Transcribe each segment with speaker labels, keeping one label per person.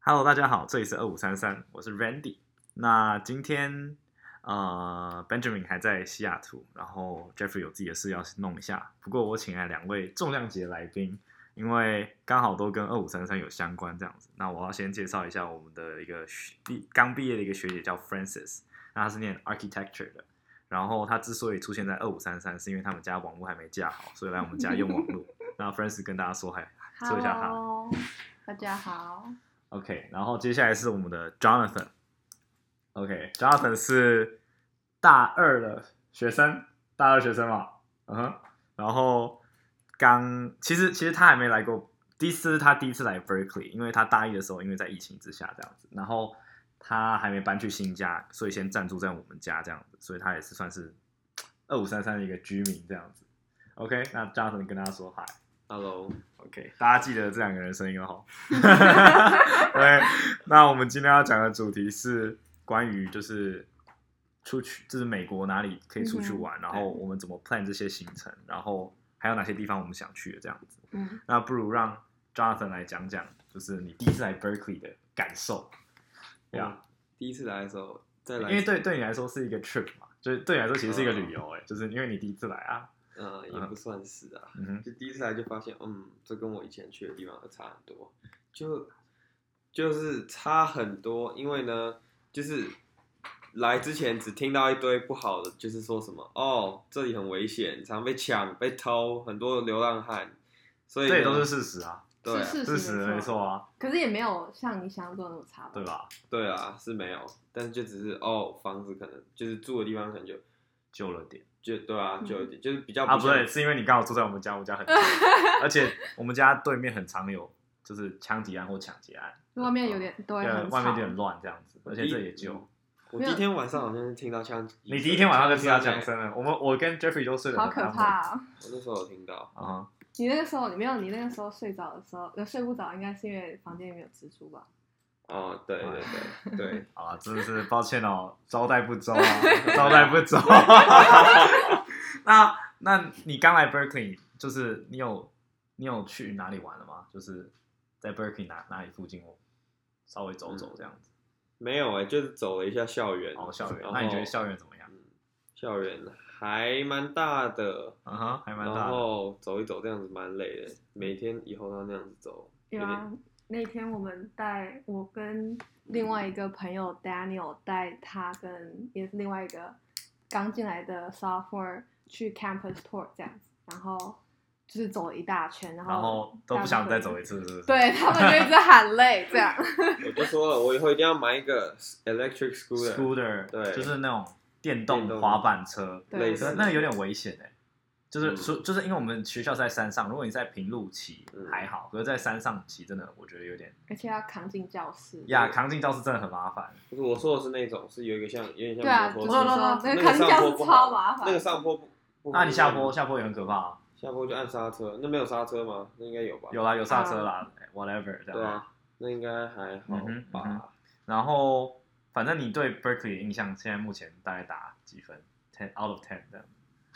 Speaker 1: Hello，大家好，这里是二五三三，我是 Randy。那今天呃，Benjamin 还在西雅图，然后 Jeffrey 有自己的事要弄一下。不过我请来两位重量级的来宾，因为刚好都跟二五三三有相关这样子。那我要先介绍一下我们的一个学毕刚毕业的一个学姐叫 Francis，那她是念 architecture 的。然后她之所以出现在二五三三，是因为他们家网络还没架好，所以来我们家用网络。那 Francis 跟大家说嗨，说一下她。
Speaker 2: Hello，大 家好，
Speaker 1: OK，然后接下来是我们的 Jonathan。OK，Jonathan、是大二的学生，大二学生嘛，嗯哼。然后刚其实其实他还没来过，第一次他第一次来 Berkeley，因为他大一的时候因为在疫情之下这样子，然后他还没搬去新家，所以先暂住在我们家这样子，所以他也是算是二五三三的一个居民这样子。OK，那 Jonathan 跟大家说嗨。Hello，OK，、大家记得这两个人声音哦。对，那我们今天要讲的主题是关于就是出去，就是美国哪里可以出去玩，然后我们怎么 plan 这些行程，然后还有哪些地方我们想去的这样子。
Speaker 2: 嗯，
Speaker 1: 那不如让 Jonathan 来讲讲，就是你第一次来 Berkeley 的感受，对啊，
Speaker 3: 第一次来的时候，在
Speaker 1: 因
Speaker 3: 来
Speaker 1: 为对对你来说是一个 trip 嘛，就是对你来说其实是一个旅游，哎，就是因为你第一次来啊，
Speaker 3: 呃也不算是啊，
Speaker 1: 嗯哼，
Speaker 3: 就第一次来就发现，嗯，这跟我以前去的地方差很多，就就是差很多，因为呢，就是来之前只听到一堆不好的，就是说什么哦这里很危险，常被抢、被偷，很多流浪汉，所以
Speaker 1: 这也
Speaker 3: 呢
Speaker 1: 都是事实啊，
Speaker 3: 对啊
Speaker 2: 是
Speaker 1: 事
Speaker 2: 事
Speaker 1: 实
Speaker 2: 实
Speaker 1: 没错啊，
Speaker 2: 可是也没有像你想象中的那么差吧？
Speaker 1: 对吧？
Speaker 3: 对啊是没有，但是就只是哦房子可能就是住的地方可能就
Speaker 1: 救了点。
Speaker 3: 就对啊
Speaker 2: 嗯
Speaker 3: 就有点就是比较
Speaker 1: 啊，不
Speaker 3: 像
Speaker 1: 对，是因为你刚好住在我们家，我们家很近，而且我们家对面很常有就是枪击案或抢劫案，
Speaker 2: 外面有点都会
Speaker 1: 对，
Speaker 2: 很
Speaker 1: 外面有
Speaker 2: 吵，
Speaker 1: 点乱这样子，而且这也就
Speaker 3: 我第一天晚上好像是听到枪击声，
Speaker 1: 你第一天晚上就听到
Speaker 3: 枪
Speaker 1: 枪
Speaker 3: 声，
Speaker 1: 声了，我们我跟 Jeffrey 都睡得
Speaker 2: 好
Speaker 1: 很
Speaker 2: 可
Speaker 1: 安稳
Speaker 2: 怕哦！
Speaker 3: 我那时候有听到，
Speaker 1: 啊哈！
Speaker 2: 你那个时候你没有，你那个时候睡着的时候，呃，睡不着，应该是因为房间里面有蜘蛛吧？
Speaker 3: 哦，对 对对对，
Speaker 1: 好了，真的是抱歉哦，招待不周啊，招待不周。啊 那那你刚来 Berkeley，就是你有你有去哪里玩了吗？就是在 Berkeley 哪哪里附近，我稍微走走这样子。
Speaker 3: 没有哎、就是走了一下校园，
Speaker 1: 哦，校园
Speaker 3: 然，后
Speaker 1: 那你觉得校园怎么样？
Speaker 3: 嗯校园还蛮大的，
Speaker 1: 嗯哼，还蛮
Speaker 3: 啊然
Speaker 1: 大的。
Speaker 3: 后走一走这样子蛮累的，每天以后都要那样子走，
Speaker 2: 有啊，那天我们带我跟另外一个朋友 Daniel 带他跟也是另外一个刚进来的 sophomore 去 campus tour 这样子，然后就是走了一大圈，然后
Speaker 1: 然后都不想再走一次，是不是？
Speaker 2: 对他们就一直喊累这样。
Speaker 3: 我就说了，我以后一定要买一个 electric scooter，
Speaker 1: ，scooter，
Speaker 3: 对
Speaker 1: 就是那种电
Speaker 3: 电
Speaker 1: 动
Speaker 3: 动
Speaker 1: 滑板车，
Speaker 2: 对
Speaker 3: 类
Speaker 1: 可
Speaker 3: 似
Speaker 1: 是那个有点危险哎、就是
Speaker 3: 嗯
Speaker 1: 说，就是因为我们学校在山上，如果你在平路骑
Speaker 3: 嗯
Speaker 1: 还好，可是在山上骑真的，我觉得有点
Speaker 2: 而且要扛进教室。
Speaker 1: 呀，扛进教室真的很麻烦。
Speaker 3: 不是我说的是那种，是有一个像有点
Speaker 2: 对啊，
Speaker 3: 像
Speaker 2: 就是
Speaker 3: 摩
Speaker 2: 说
Speaker 3: 托车，
Speaker 2: 那个
Speaker 3: 个
Speaker 2: 扛进教
Speaker 3: 上坡
Speaker 2: 室
Speaker 3: 不
Speaker 2: 超
Speaker 3: 好，
Speaker 2: 麻烦。
Speaker 3: 那个上坡不，不
Speaker 1: 那你下
Speaker 3: 好
Speaker 1: 坡，下坡也很可怕、啊。
Speaker 3: 下坡就按刹车，那没有刹车吗？那应该有吧？
Speaker 1: 有啦，有刹车啦、w h a t e v e r 这
Speaker 3: 啊对
Speaker 1: 样。
Speaker 3: 啊，那应该还好
Speaker 1: 嗯哼
Speaker 3: 吧。
Speaker 1: 嗯然后，反正你对 Berkeley 的印象，现在目前大概打几分？Ten out of ten 这样。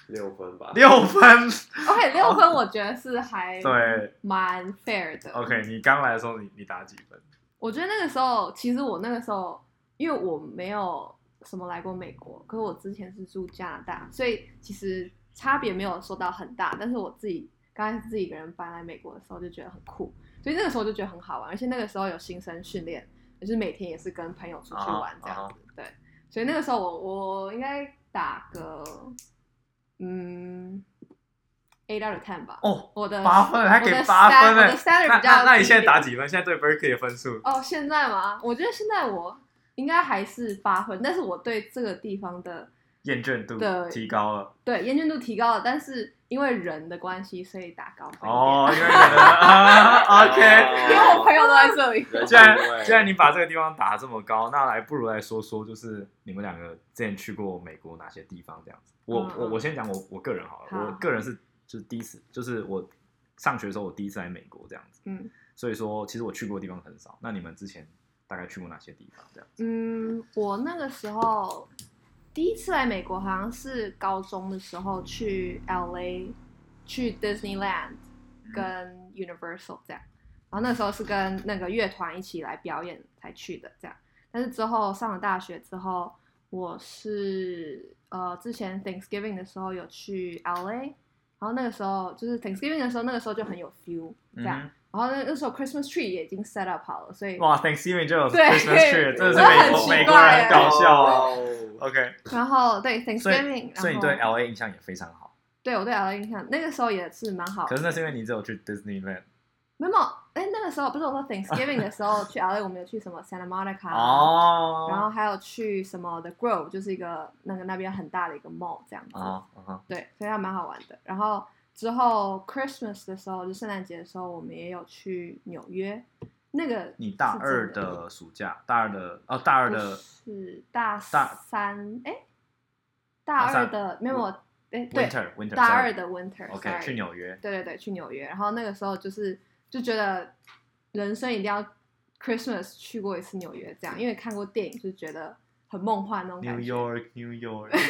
Speaker 3: 六分吧。
Speaker 1: 六分。
Speaker 2: OK，六分我觉得是 还
Speaker 1: 对
Speaker 2: 蛮 fair 的。
Speaker 1: OK，你刚来的时候你你打几分？
Speaker 2: 我觉得那个时候，其实我那个时候，因为我没有什么来过美国，可是我之前是住加拿大，所以其实差别没有说到很大。但是我自己刚开始自己一个人搬来美国的时候，就觉得很酷，所以那个时候就觉得很好玩。而且那个时候有新生训练，就是每天也是跟朋友出去玩
Speaker 1: 啊
Speaker 2: 这样子。对，所以那个时候我我应该打个嗯 eight out of ten 吧。
Speaker 1: 哦，
Speaker 2: 我的
Speaker 1: 八分，还给八分
Speaker 2: 呃我的
Speaker 1: 呢。
Speaker 2: standard
Speaker 1: 那
Speaker 2: 比较
Speaker 1: 那那你
Speaker 2: 低
Speaker 1: 现在
Speaker 2: 一
Speaker 1: 打
Speaker 2: 点
Speaker 1: 几分？现在对 Berkeley 的分数？
Speaker 2: 哦，现在吗？我觉得现在我应该还是八分，但是我对这个地方的
Speaker 1: 厌倦度
Speaker 2: 对
Speaker 1: 提高了
Speaker 2: 对厌倦度提高了，但是因为人的关系，所以打高分一点。
Speaker 1: 哦，因为可能啊 OK。
Speaker 2: 因为我朋友都在这里。
Speaker 3: 人
Speaker 1: 既然既然你把这个地方打这么高，那来不如来说说，就是你们两个之前去过美国哪些地方这样子？我
Speaker 2: 嗯嗯
Speaker 1: 我我先讲我我个人好了，
Speaker 2: 好
Speaker 1: 我个人是就是第一次，就是我上学的时候我第一次来美国这样子，
Speaker 2: 嗯
Speaker 1: 所以说其实我去过的地方很少。那你们之前大概去过哪些地方这样子？
Speaker 2: 嗯，我那个时候第一次来美国，好像是高中的时候
Speaker 1: 嗯
Speaker 2: 去 LA，去 Disneyland 跟 Universal 这样。然后那时候是跟那个乐团一起来表演才去的，这样。但是之后上了大学之后，我是呃之前 Thanksgiving 的时候有去 LA，然后那个时候就是 Thanksgiving 的时候，那个时候就很有 feel 这样。
Speaker 1: 嗯
Speaker 2: 然后那那时候 Christmas tree 也已经 set up 好了，所以
Speaker 1: 哇，Thanksgiving 就有
Speaker 2: 对
Speaker 1: Christmas tree，真的是
Speaker 2: 我
Speaker 1: 美
Speaker 2: 很
Speaker 1: 国
Speaker 2: 奇
Speaker 1: 美
Speaker 2: 怪
Speaker 1: 国人很搞笑啊。
Speaker 3: 哦
Speaker 1: OK，
Speaker 2: 然后对
Speaker 1: 所
Speaker 2: Thanksgiving，
Speaker 1: 以所以你
Speaker 2: 然后
Speaker 1: 对 LA 印象也非常好，
Speaker 2: 对我对 LA 印象，那个时候也是蛮好的
Speaker 1: 可。是那是因为你只有去 Disneyland
Speaker 2: 没有，哎，那个时候不是我说 Thanksgiving 的时 候去 LA，我们有去什么 Santa Monica，、然啊后
Speaker 1: 哦，
Speaker 2: 还有去什么 The Grove，就是一个那个那边很大的一个 mall 这样子，
Speaker 1: 哦嗯哼
Speaker 2: 对，所以还蛮好玩的。然后之后 Christmas 的时候，就圣诞节的时候，我们也有去纽约，那个
Speaker 1: 你大二的暑假，大二的哦，大二的
Speaker 2: 不是大
Speaker 1: 大
Speaker 2: 三，哎，大二的没有我，哎，对，
Speaker 1: Winter Winter，
Speaker 2: 大二的 Winter，
Speaker 1: OK 去纽约，
Speaker 2: 对对对，去纽约。然后那个时候就是就觉得人生一定要 Christmas 去过一次纽约，这样，因为看过电影就觉得很梦幻那种
Speaker 1: New
Speaker 2: 感觉。
Speaker 1: York New York。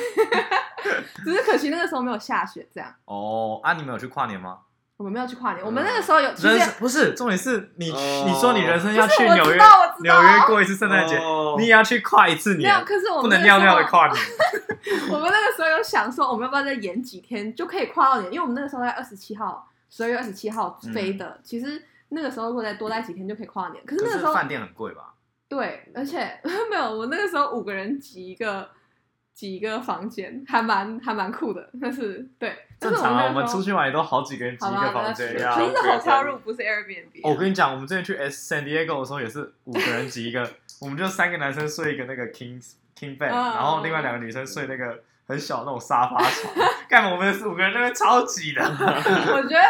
Speaker 2: 只是可惜那个时候没有下雪，这样
Speaker 1: 哦，啊，你们有去跨年吗？
Speaker 2: 我们没有去跨年。我们那个时候有，其实
Speaker 1: 人生不嗯是重点是你
Speaker 3: 哦
Speaker 1: 你说你人生要去
Speaker 2: 不是我
Speaker 1: 纽
Speaker 2: 知
Speaker 1: 约
Speaker 2: 道我知
Speaker 1: 纽
Speaker 2: 道
Speaker 1: 约过一次圣诞节，
Speaker 3: 哦
Speaker 1: 你也要去跨一次
Speaker 2: 没有
Speaker 1: 年，，
Speaker 2: 可是我
Speaker 1: 不
Speaker 2: 们
Speaker 1: 能
Speaker 2: 那个
Speaker 1: 尿
Speaker 2: 时
Speaker 1: 尿
Speaker 2: 候
Speaker 1: 的跨年。
Speaker 2: 我们那个时候有想说，我们要不要再延几天就可以跨到年？因为我们那个时候在二十七号，十二月二十七号飞的。其实那个时候如果再多待几天就可以跨年，可
Speaker 1: 嗯可
Speaker 2: 是那个
Speaker 1: 是
Speaker 2: 时候
Speaker 1: 饭店很贵吧？
Speaker 2: 对，而且 没有，我那个时候五个人挤一个挤一个房间，还蛮还蛮酷的。但是对，但
Speaker 1: 正
Speaker 2: 是
Speaker 1: 常啊，我
Speaker 2: 们
Speaker 1: 们出
Speaker 2: 去
Speaker 1: 去玩也都好几个人挤
Speaker 2: 好
Speaker 1: 一
Speaker 2: 吧
Speaker 1: 个，
Speaker 2: 那
Speaker 1: 房
Speaker 2: 是
Speaker 1: 间
Speaker 3: 对
Speaker 1: 呀
Speaker 3: 啊
Speaker 2: 可。是
Speaker 3: 五个
Speaker 2: 那
Speaker 3: 人
Speaker 2: 是 hotel room 不是 Airbnb 啊。
Speaker 1: 哦我跟你讲，我们之前去 S San Diego 的时候也是五个人挤一个， 我们就三个男生睡一个那个 king king bed，、
Speaker 2: 嗯
Speaker 1: 然后另外两个女生睡那个很小那种沙发床。干，我们是五个人那边超挤 的，
Speaker 2: 我觉得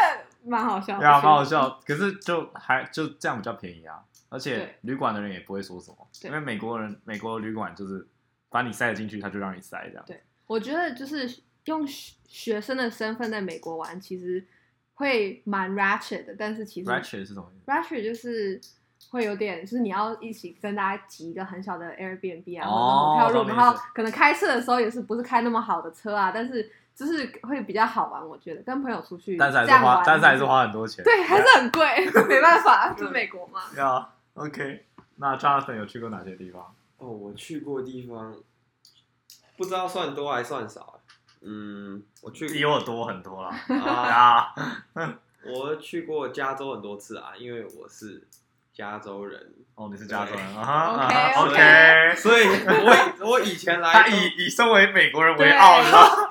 Speaker 2: 蛮好笑的，
Speaker 1: 对 啊，蛮好笑。可是就还就这样比较便宜啊，而且
Speaker 2: 对
Speaker 1: 旅馆的人也不会说什么，
Speaker 2: 对
Speaker 1: 因为美国人美国旅馆就是把你塞得进去，他就让你塞这样。
Speaker 2: 我觉得就是用学学生的身份在美国玩，其实会蛮 ratchet 的，但是其实
Speaker 1: Ratchet 是什么意思？
Speaker 2: ratchet 就是会有点，就是你要一起跟大家挤一个很小的 Airbnb 啊，
Speaker 1: 哦
Speaker 2: 或者 hotel
Speaker 1: 我懂
Speaker 2: room，
Speaker 1: 你意思
Speaker 2: 然后可能开车的时候也是不是开那么好的车啊，但是就是会比较好玩，我觉得跟朋友出去
Speaker 1: 但是还
Speaker 2: 这
Speaker 1: 是
Speaker 2: 样
Speaker 1: 花
Speaker 2: 玩，，
Speaker 1: 但是还是花很多钱。
Speaker 2: 对，还是很 贵，没办法，就美国嘛。
Speaker 1: 对啊。OK，那 Jonathan 有去过哪些地方？
Speaker 3: 哦，我去过的地方，不知道算多还算少。啊嗯，我去
Speaker 1: 比我多很多啦。
Speaker 3: 啊，
Speaker 1: 啊，
Speaker 3: 我去过加州很多次啊，因为我是加州人，
Speaker 1: 哦，你是加州人
Speaker 3: 对
Speaker 1: 啊哈啊
Speaker 2: OK，
Speaker 1: 哈
Speaker 3: OK
Speaker 1: ，OK。
Speaker 3: 所以我我以前来
Speaker 1: 他
Speaker 3: 都
Speaker 1: 以以身为美国人为傲了，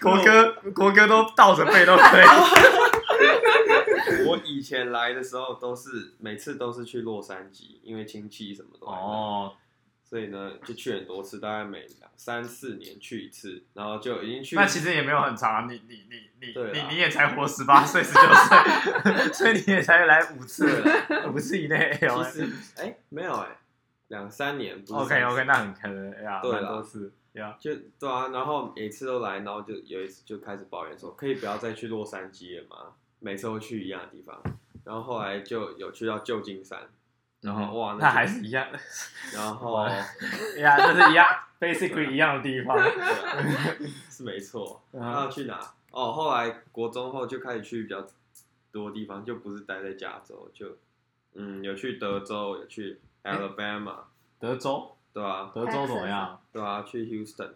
Speaker 1: 国歌国歌都倒着背都 可以。
Speaker 3: 我以前来的时候都是每次都是去洛杉矶，因为亲戚什么的，
Speaker 1: 哦，
Speaker 3: 所以呢就去很多次，大概每两三四年去一次，然后就已经去
Speaker 1: 那其实也没有很长啊，你你你你
Speaker 3: 对啊
Speaker 1: 你
Speaker 3: 啦
Speaker 1: 你也才活十八岁十九岁， 所以你也才来五次
Speaker 3: 对啦
Speaker 1: 五次以内。
Speaker 3: 其实哎、没有哎、两三年不是
Speaker 1: OK
Speaker 3: 三四
Speaker 1: OK，那很可能呀，
Speaker 3: 对啦啊
Speaker 1: 蛮多次呀。
Speaker 3: 就对啊，然后每次都来，然后就有一次就开始抱怨说，可以不要再去洛杉矶了吗？每次都去一样的地方，然后后来就有去到旧金山，
Speaker 1: 然
Speaker 3: 后哇那
Speaker 1: 那
Speaker 3: 就
Speaker 1: 还是一样，
Speaker 3: 然后
Speaker 1: 哇呀，这是一样，basically 一样的地方。
Speaker 3: 对啊 是没错，
Speaker 1: 嗯
Speaker 3: 然后去哪？哦，后来国中后就开始去比较多地方，就不是待在加州，就嗯有去德州，有去 Alabama，、
Speaker 1: 德州，
Speaker 3: 对啊？
Speaker 1: 德州怎么样？
Speaker 3: 对啊，去 Houston，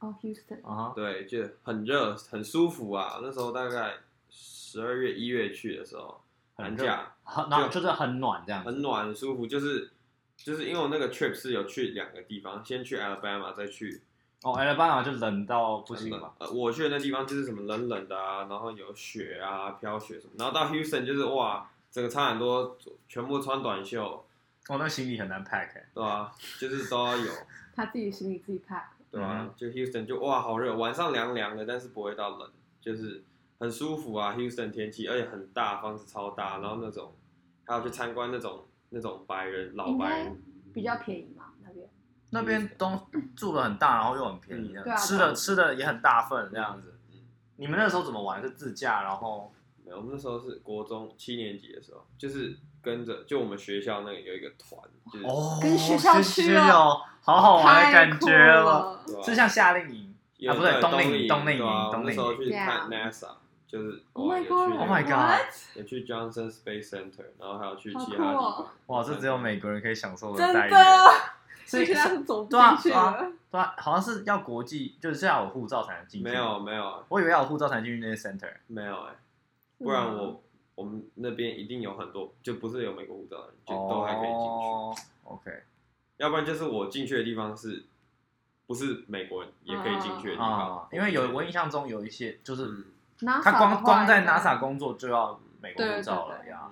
Speaker 2: 哦，Houston，
Speaker 1: 啊哈，
Speaker 3: 对，就很热，很舒服啊。那时候大概十二月一月去的时候，
Speaker 1: 很
Speaker 3: 寒
Speaker 1: 热
Speaker 3: 假。
Speaker 1: 很那就是很暖这样子。
Speaker 3: 很暖很舒服，就是就是因为我那个 trip 是有去两个地方，先去 Alabama 再去
Speaker 1: 哦，Alabama 就冷到不行吧？
Speaker 3: 呃，我去的那地方就是什么冷冷的啊，然后有雪啊、飘雪什么，然后到 Houston 就是哇，整个差很多，全部穿短袖，
Speaker 1: 哦，那行李很难 pack 欸。
Speaker 3: 对吧、 就是都要有，
Speaker 2: 他自己行李自己 pack。
Speaker 3: 对吧、
Speaker 1: 嗯
Speaker 3: 就 Houston 就哇好热，晚上凉凉的，但是不会到冷，就是很舒服啊。Houston 天气，而且很大，房子超大，然后那种还有去参观那种那种白人老白人，
Speaker 2: 比较便宜嘛那边。
Speaker 1: 那边东住的很大，然后又很便宜，这
Speaker 2: 对
Speaker 1: 样
Speaker 2: 啊
Speaker 1: 吃的吃的也很大份这样子。
Speaker 3: 嗯。
Speaker 1: 你们那时候怎么玩？是自驾，然后
Speaker 3: 没有，我们那时候是国中七年级的时候，就是跟着就我们学校那个有一个团，就是、
Speaker 1: 哦
Speaker 2: 跟学校去
Speaker 1: 哦，好好玩的感觉
Speaker 2: 太酷了
Speaker 3: 对啊
Speaker 1: 是像夏令营
Speaker 3: 有
Speaker 1: 啊不对
Speaker 3: 对
Speaker 1: 冬令
Speaker 3: 营
Speaker 1: 冬令营
Speaker 3: 对啊
Speaker 1: 冬令营
Speaker 3: 我们那时候去看
Speaker 2: 对
Speaker 3: NASA，就是哇
Speaker 2: Oh my
Speaker 3: 有去
Speaker 2: god！
Speaker 3: 那
Speaker 1: Oh my
Speaker 3: 个
Speaker 1: god！
Speaker 3: 有去 Johnson Space Center，然后还有去
Speaker 2: 好
Speaker 3: 其
Speaker 2: 酷
Speaker 3: 他地
Speaker 2: 哦
Speaker 3: 方。
Speaker 1: 哇，这只有美国人可以享受
Speaker 2: 真
Speaker 1: 待遇。
Speaker 2: 的，
Speaker 1: 所以
Speaker 2: 其他是走不
Speaker 1: 对啊
Speaker 2: 进去
Speaker 1: 对啊
Speaker 2: 的。
Speaker 1: 对啊，好像是要国际，就是要有护照才能进去。
Speaker 3: 没，有没有
Speaker 1: 我以为要有护照才能进去那些 center。
Speaker 3: 没有哎、不然
Speaker 2: 嗯
Speaker 3: 我我们那边一定有很多，就不是有美国护照的人，就都还可以进去。
Speaker 1: 哦 OK，
Speaker 3: 要不然就是我进去的地方是，不是美国人也可以进去的地方？
Speaker 1: 啊，因为有我印象中有一些就是
Speaker 3: 嗯，
Speaker 2: NASA
Speaker 1: 他
Speaker 2: 的
Speaker 1: 光
Speaker 2: 话
Speaker 1: 光在
Speaker 2: 应该
Speaker 1: NASA 工作就要美国护照
Speaker 2: 对对
Speaker 1: 了
Speaker 2: 对
Speaker 1: 呀。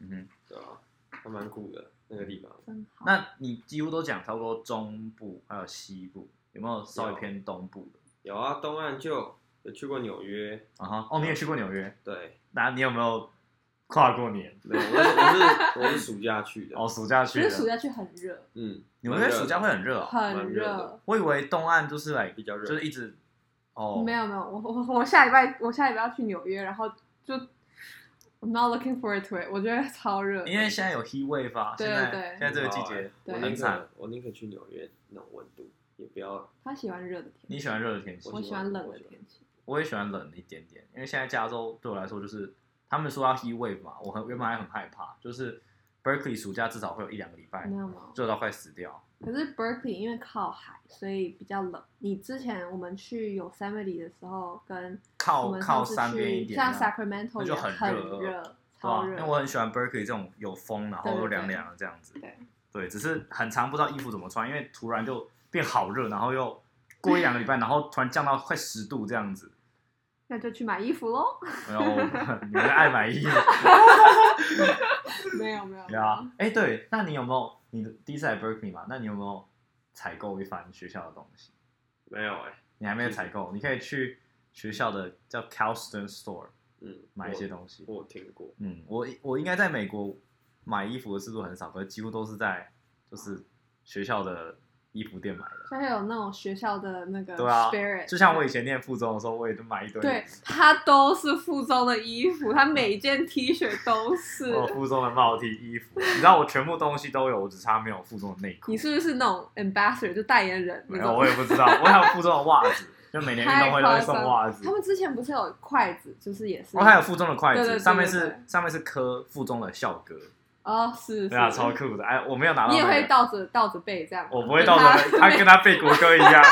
Speaker 1: 嗯哼，
Speaker 3: 对啊，还蛮酷的那个地方。
Speaker 2: 真好。
Speaker 1: 那你几乎都讲差不多中部还有西部，有没有稍微
Speaker 3: 有
Speaker 1: 偏东部的？
Speaker 3: 有啊，东岸就有去过纽约，
Speaker 1: 啊哈，哦，你也去过纽约，
Speaker 3: 对，
Speaker 1: 那你有没有跨过年？
Speaker 3: 没有，我是我是我是暑假去的，
Speaker 1: 哦，暑假
Speaker 2: 其
Speaker 1: 去
Speaker 2: 实
Speaker 1: 的。
Speaker 2: 暑假去很热，
Speaker 3: 嗯，
Speaker 1: 纽
Speaker 3: 蛮
Speaker 1: 约
Speaker 3: 热的
Speaker 1: 暑假会很热哦，
Speaker 2: 很
Speaker 3: 蛮热的
Speaker 2: 热。
Speaker 1: 我以为东岸就是来
Speaker 3: 比较热，
Speaker 1: 就是一直哦，
Speaker 2: 没有没有，我我我下礼拜我下礼拜要去纽约，然后就 I'm not looking forward to it，我觉得超热。
Speaker 1: 因为现在有 heat wave 啊，
Speaker 2: 对
Speaker 1: 现在
Speaker 2: 对
Speaker 1: 现在这个季节
Speaker 2: 对
Speaker 3: 我
Speaker 1: 很
Speaker 3: 宁
Speaker 1: 惨。
Speaker 3: 可我宁可去纽约那种温度，也不要
Speaker 2: 他喜欢热的天气，
Speaker 1: 你喜欢热的天气，
Speaker 2: 我喜欢冷的天气。
Speaker 1: 我也喜欢冷一点点，因为现在加州对我来说就是他们说要 heat wave 嘛，我很原本还很害怕，就是 Berkeley 暑假至少会有一两个礼拜
Speaker 2: 没有吗？
Speaker 1: 热到快死掉。
Speaker 2: 可是 Berkeley 因为靠海，所以比较冷。你之前我们去 Yosemite 的时候，跟我
Speaker 1: 靠
Speaker 2: 们
Speaker 1: 靠
Speaker 2: 上次
Speaker 1: 山边一
Speaker 2: 去
Speaker 1: 点啊，
Speaker 2: 像 Sacramento
Speaker 1: 那
Speaker 2: 也
Speaker 1: 就很热
Speaker 2: 热，
Speaker 1: 对啊
Speaker 2: 超，
Speaker 1: 因
Speaker 2: 热。
Speaker 1: 为我很喜欢 Berkeley 这种有风，然后又
Speaker 2: 对对对
Speaker 1: 凉凉的这样子。
Speaker 2: 对
Speaker 1: 对，只是很长不知道衣服怎么穿，因为突然就变好热，然后又过一两个礼拜，然后突然降到快十度这样子。
Speaker 2: 那就去买衣服喽。
Speaker 1: 然后你们爱买衣服
Speaker 2: 没有没有，
Speaker 1: 呀？哎，对，那你有没有你的第一次来 Berkeley 嘛？那你有没有采购一番学校的东西？
Speaker 3: 没有哎、
Speaker 1: 你还没有采购，你可以去学校的叫 Calston Store
Speaker 3: 嗯，
Speaker 1: 买一些
Speaker 3: 我
Speaker 1: 东西。
Speaker 3: 我有听过，
Speaker 1: 嗯，我我应该在美国买衣服的次数很少，可是几乎都是在就是学校的衣服店买的。
Speaker 2: 就会有那种学校的那个
Speaker 1: 对啊
Speaker 2: spirit，
Speaker 1: 就像我以前念附中的时候，我也就买一堆。
Speaker 2: 对，他都是附中的衣服，他每一件 T 恤都是。
Speaker 1: 我有附中的帽 T 衣服，你知道我全部东西都有，我只差没有附中的内裤
Speaker 2: 你。是不是那种 ambassador 就代言人？
Speaker 1: 没
Speaker 2: 那
Speaker 1: 有，
Speaker 2: 种
Speaker 1: 我也不知道，我还有附中的袜 子，就每年运动会都会送袜
Speaker 2: 他
Speaker 1: 子。哦
Speaker 2: 们之前不是有筷子，就是也是。
Speaker 1: 然后还有附中的筷
Speaker 2: 对对
Speaker 1: 子，
Speaker 2: 对
Speaker 1: 上面
Speaker 2: 对
Speaker 1: 是
Speaker 2: 对
Speaker 1: 上面是刻附中的校歌，
Speaker 2: 哦，是。
Speaker 1: 对啊，
Speaker 2: 是
Speaker 1: 超酷的。哎，我没有拿到
Speaker 2: 你
Speaker 1: 那个。
Speaker 2: 也会倒着倒着背这样吗？
Speaker 1: 我不会到时候
Speaker 2: 跟
Speaker 1: 他跟他背国歌一样。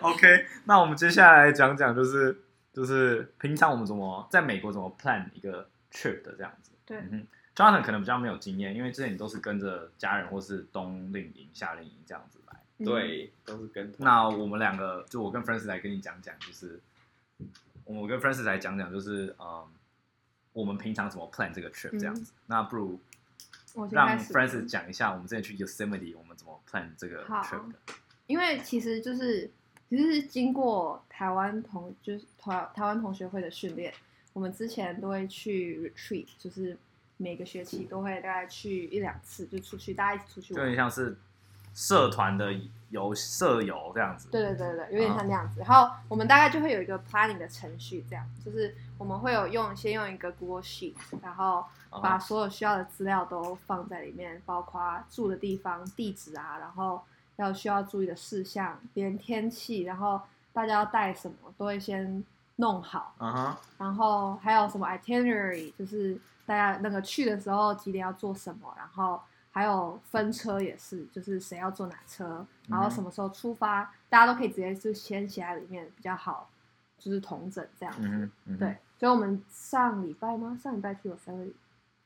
Speaker 1: OK，那我们接下来讲讲就是就是平常我们怎么在美国怎么 plan 一个 trip 的这样子。
Speaker 2: 对
Speaker 1: 嗯哼 Jonathan 可能比较没有经验，因为之前你都是跟着家人或是冬令营、夏令营这样子来。
Speaker 2: 嗯
Speaker 3: 对，都是跟团，
Speaker 1: 那我们两个就我跟 Francis 来跟你讲讲，就是我跟 Francis 来讲讲，就是嗯，我们平常怎么 plan 这个 trip 这样子。那不如
Speaker 2: 嗯我先
Speaker 1: 让
Speaker 2: 开始
Speaker 1: Francis 讲一下，我们之前去 Yosemite 我们怎么 plan 这个
Speaker 2: 好
Speaker 1: trip 的。
Speaker 2: 因为其实就是其实是经过台湾同就是台台湾同学会的训练，我们之前都会去 retreat，就是每个学期都会大概去一两次，就出去大家一起出去
Speaker 1: 就有
Speaker 2: 玩
Speaker 1: 点。像是社团的游舍友这样子。嗯
Speaker 2: 对对对对，有点像那样子。然后我们大概就会有一个 planning 的程序，这样就是我们会有用先用一个 Google Sheet，然后
Speaker 1: 啊
Speaker 2: 把所有需要的资料都放在里面，包括住的地方、地址啊，然后要需要注意的事项，连天气，然后大家要带什么都会先弄好，
Speaker 1: 嗯哼，
Speaker 2: 然后还有什么 itinerary，就是大家那个去的时候几点要做什么，然后还有分车也是，就是谁要坐哪车，然后什么时候出发，大家都可以直接就先写在里面比较好，就是同整这样子。
Speaker 1: 嗯哼，嗯哼
Speaker 2: 对，，所以我们上礼拜吗？上礼拜去有 s a l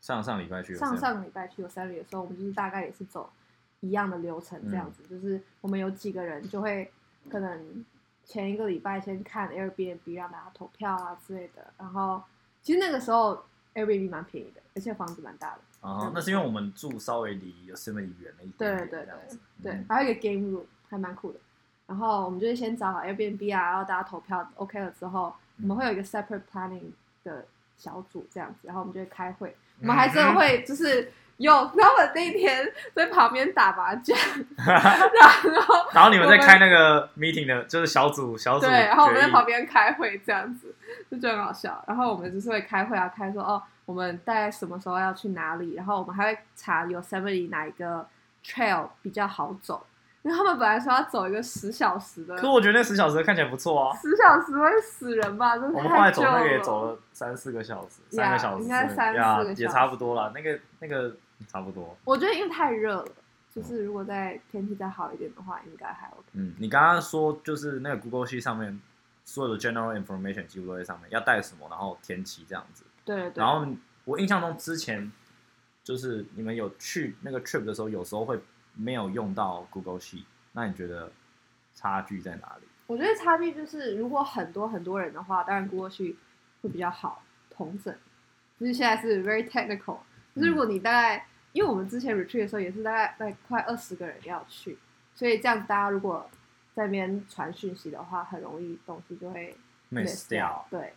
Speaker 1: 上上礼拜去有
Speaker 2: 上
Speaker 1: Sam
Speaker 2: 上礼拜去有 s a l 的时候，我们就是大概也是走一样的流程
Speaker 1: 嗯
Speaker 2: 这样子，就是我们有几个人就会可能前一个礼拜先看 Airbnb 让大家投票啊之类的，然后其实那个时候 Airbnb 蛮便宜的，而且房子蛮大的，
Speaker 1: 啊哈，那是因为我们住稍微离 Yosemite 远了一点
Speaker 2: 对
Speaker 1: 点，
Speaker 2: 对
Speaker 1: 这样子，
Speaker 2: 对
Speaker 1: 嗯，
Speaker 2: 还有一个 game room 还蛮酷的。然后我们就是先找好 Airbnb 啊，然后大家投票 OK 了之后，我们会有一个 separate planning 的小组这样子，然后我们就会开会，我们还真的会就是有，然后我那一天在旁边打麻将， 然后
Speaker 1: 然后你们在
Speaker 2: 我们
Speaker 1: 开那个 meeting 的，就是小组小组
Speaker 2: 对，
Speaker 1: 决议，
Speaker 2: 然后我们在旁边开会这样子， 就觉得很好笑。然后我们就是会开会啊，开说哦，我们大概什么时候要去哪里，然后我们还会查 Yosemite 哪一个 trail 比较好走。因为他们本来说要走一个十小时的，
Speaker 1: 可我觉得那十小时看起来不错啊。
Speaker 2: 十小时会死人吧？真
Speaker 1: 我
Speaker 2: 的
Speaker 1: 们后来
Speaker 2: 太
Speaker 1: 走
Speaker 2: 久
Speaker 1: 那个也走了三四个小时，三个小时
Speaker 2: 应该三
Speaker 1: 呀
Speaker 2: 四个小时
Speaker 1: 也差不多了。那个那个差不多。
Speaker 2: 我觉得因为太热了，就是如果在天气再好一点的话，应该还 OK。
Speaker 1: 嗯，你刚刚说就是那个 Google 系上面所有的 general information 几乎都在上面，要带什么，然后天气这样子。
Speaker 2: 对对对。
Speaker 1: 然后我印象中之前就是你们有去那个 trip 的时候，有时候会没有用到 Google Sheet，那你觉得差距在哪里？
Speaker 2: 我觉得差距就是，如果很多很多人的话，当然 Google Sheet 会比较好同整。就是现在是 very technical，就是如果你大概，因为我们之前 retreat 的时候也是大概大概快二十个人要去，所以这样子大家如果在那边传讯息的话，很容易东西就会
Speaker 1: miss 掉。
Speaker 2: 对，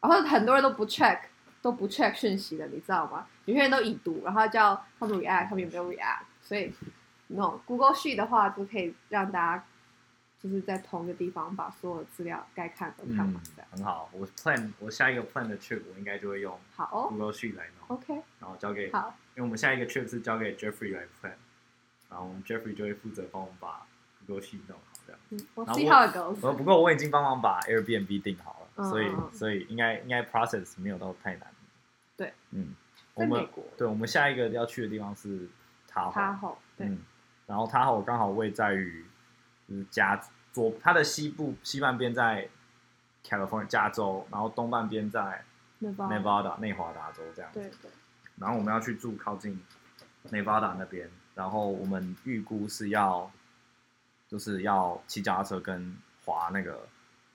Speaker 2: 然后很多人都不 check，都不 check 讯息的，你知道吗？有些人都已读，然后叫他们 react，他们也没有 react，所以那种 Google Sheet 的话，就可以让大家就是在同一个地方把所有的资料该看都看完
Speaker 1: 嗯
Speaker 2: 的。，
Speaker 1: 很好。我 plan 我下一个 plan 的 trip 我应该就会用
Speaker 2: 好哦
Speaker 1: Google Sheet 来弄，
Speaker 2: ，OK，
Speaker 1: 然后交给，因
Speaker 2: 好，
Speaker 1: 为我们下一个 trip 是交给 Jeffrey 来 plan，然后我们 Jeffrey 就会负责帮我们把 Google Sheet 弄好这样。
Speaker 2: 嗯，我
Speaker 1: 然后
Speaker 2: see
Speaker 1: 我
Speaker 2: how it goes。
Speaker 1: 呃，不过我已经帮忙把 Airbnb 定好了，
Speaker 2: 嗯
Speaker 1: 所以
Speaker 2: 嗯嗯
Speaker 1: 所以应该应该 process 没有到太难。
Speaker 2: 对，
Speaker 1: 嗯，我
Speaker 2: 在美
Speaker 1: 们
Speaker 2: 国，
Speaker 1: 对我们下一个要去的地方是塔好，
Speaker 2: 哈吼，对，
Speaker 1: 嗯，然后塔好刚好位在于就是加左它的西部西半边在 California 加州，然后东半边在
Speaker 2: 那包，
Speaker 1: Nevada 内华达州这样子
Speaker 2: 对。对，
Speaker 1: 然后我们要去住靠近 Nevada 那边，然后我们预估是要就是要骑脚踏车跟滑那个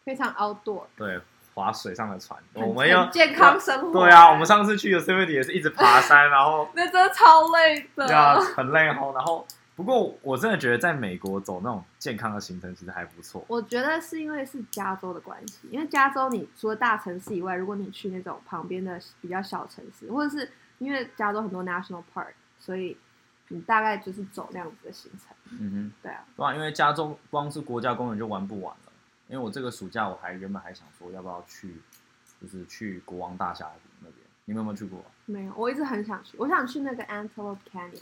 Speaker 2: 非常 outdoor，
Speaker 1: 对，划水上的船，
Speaker 2: 很
Speaker 1: 我们要
Speaker 2: 很健康生活。
Speaker 1: 对啊，我们上次去 Yosemite 也是一直爬山，然 后
Speaker 2: 那真的超累的
Speaker 1: 对。啊，很累哦。然后不过我真的觉得在美国走那种健康的行程其实还不错。
Speaker 2: 我觉得是因为是加州的关系，因为加州你除了大城市以外，如果你去那种旁边的比较小城市，或者是因为加州很多 national park，所以你大概就是走那样子的行程。
Speaker 1: 嗯
Speaker 2: 对啊
Speaker 1: 哼，，对啊，因为加州光是国家公园就玩不完了。因为我这个暑假我还原本还想说要不要去，就是去国王大峡谷那边，你们有没有去过？
Speaker 2: 没有，我一直很想去，我想去那个 Antelope Canyon，、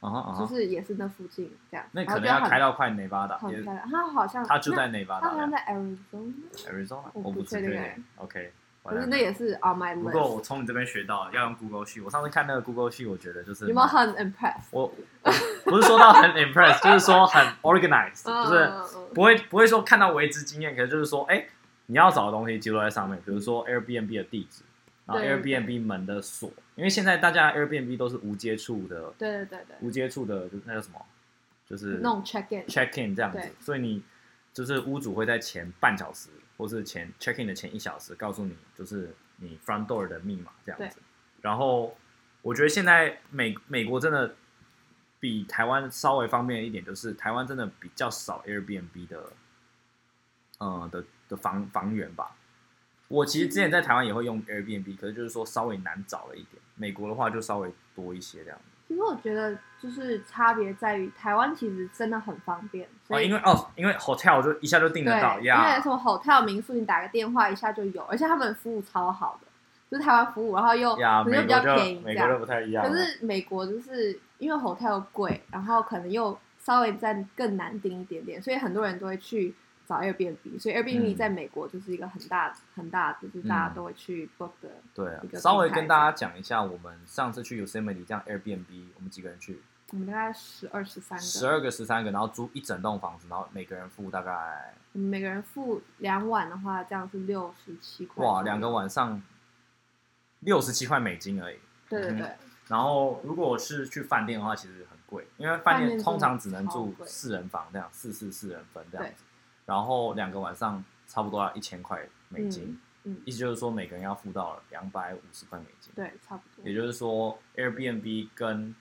Speaker 1: 啊哈啊
Speaker 2: 就
Speaker 1: 哈，
Speaker 2: 是也是那附近这样。
Speaker 1: 那
Speaker 2: 然后
Speaker 1: 可能
Speaker 2: 就
Speaker 1: 要
Speaker 2: 很
Speaker 1: 开到快 Nevada，
Speaker 2: 很漂
Speaker 1: 也
Speaker 2: 亮，它好像
Speaker 1: 它就在
Speaker 2: 那
Speaker 1: Nevada，
Speaker 2: 它好像
Speaker 1: 呀
Speaker 2: 在 Arizona，
Speaker 1: Arizona，我
Speaker 2: 我不
Speaker 1: 不确
Speaker 2: 确定
Speaker 1: 定
Speaker 2: 哎。
Speaker 1: OK，
Speaker 2: 可是那也是 on my
Speaker 1: 不过
Speaker 2: list。
Speaker 1: 我从你这边学到了要用 Google 系。我上次看那个 Google 系，我觉得就是
Speaker 2: 有没有很 impressed？
Speaker 1: 我我不是说到很 impressed，就是说很 organized，
Speaker 2: 嗯
Speaker 1: 就是
Speaker 2: 嗯嗯
Speaker 1: 不会不会说看到为之惊艳，可是就是说，哎，你要找的东西记录在上面，比如说 Airbnb 的地址，然后
Speaker 2: 对
Speaker 1: Airbnb 门的锁，因为现在大家 Airbnb 都是无接触的，
Speaker 2: 对对对
Speaker 1: 无接触的就是那叫什么，就是
Speaker 2: 对，那种 check in，
Speaker 1: check in 这样
Speaker 2: 对
Speaker 1: 子，所以你就是屋主会在前半小时，或是前 check in 的前一小时告诉你，就是你 front door 的密码这样子。然后我觉得现在美美国真的比台湾稍微方便一点，就是台湾真的比较少 Airbnb 的，呃的的房房源吧。我其实之
Speaker 2: 嗯
Speaker 1: 前在台湾也会用 Airbnb，可是就是说稍微难找了一点。美国的话就稍微多一些这样子。哦
Speaker 2: 其实我觉得就是差别在于，台湾其实真的很方便，
Speaker 1: 哦，
Speaker 2: 所以、
Speaker 1: 因为哦，因为 hotel 就一下就订得到
Speaker 2: 对，因
Speaker 1: 呀。
Speaker 2: 为什么 hotel 民宿，你打个电话一下就有，而且他们服务超好的，就是台湾服务，然后又
Speaker 1: 呀，
Speaker 2: 哦可
Speaker 1: 美
Speaker 2: 能又比
Speaker 1: 国
Speaker 2: 较
Speaker 1: 就
Speaker 2: 便宜这
Speaker 1: 美国就
Speaker 2: 样。
Speaker 1: 不太一样了。
Speaker 2: 可是美国就是因为 hotel 贵，然后可能又稍微再更难订一点点，所以很多人都会去找 Airbnb，所以
Speaker 1: 嗯
Speaker 2: Airbnb 在美国就是一个很大、很大，就是大家
Speaker 1: 嗯
Speaker 2: 都会去 book 的。
Speaker 1: 对啊
Speaker 2: 一，个
Speaker 1: 稍微
Speaker 2: 平台
Speaker 1: 跟大家讲一下，我们上次去 Yosemite 这样 Airbnb，我们几个人去，
Speaker 2: 我们大概十二、十三个，
Speaker 1: 十二个、十三个，然后租一整栋房子，然后每个人付大概
Speaker 2: 我们每个人付两晚的话，这样是六十七块。
Speaker 1: 哇，两个。晚上六十七块美金而已。
Speaker 2: 对对
Speaker 1: 嗯
Speaker 2: 对，
Speaker 1: 然后如果是去饭店的话，其实很贵，因为饭
Speaker 2: 饭店
Speaker 1: 店
Speaker 2: 真的
Speaker 1: 通常只能
Speaker 2: 超
Speaker 1: 住
Speaker 2: 贵
Speaker 1: 四人房这样，四四四人分这样
Speaker 2: 对
Speaker 1: 子。然后两个晚上差不多要一千块美金，
Speaker 2: 嗯嗯
Speaker 1: 意思就是说每个人要付到两百五十块美金。
Speaker 2: 对，差不
Speaker 1: 也
Speaker 2: 多。
Speaker 1: 就是说 Airbnb 跟